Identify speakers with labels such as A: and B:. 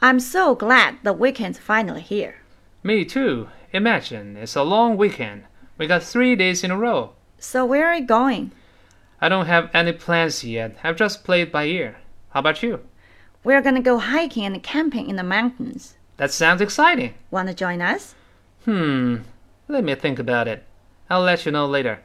A: I'm so glad the weekend's finally here.
B: Me too. Imagine, it's a long weekend. We got three days in a row.
A: So where are you going?
B: I don't have any plans yet. I've just played by ear. How about you?
A: We're gonna go hiking and camping in the mountains.
B: That sounds exciting.
A: Wanna join us?
B: Hmm. Let me think about it. I'll let you know later.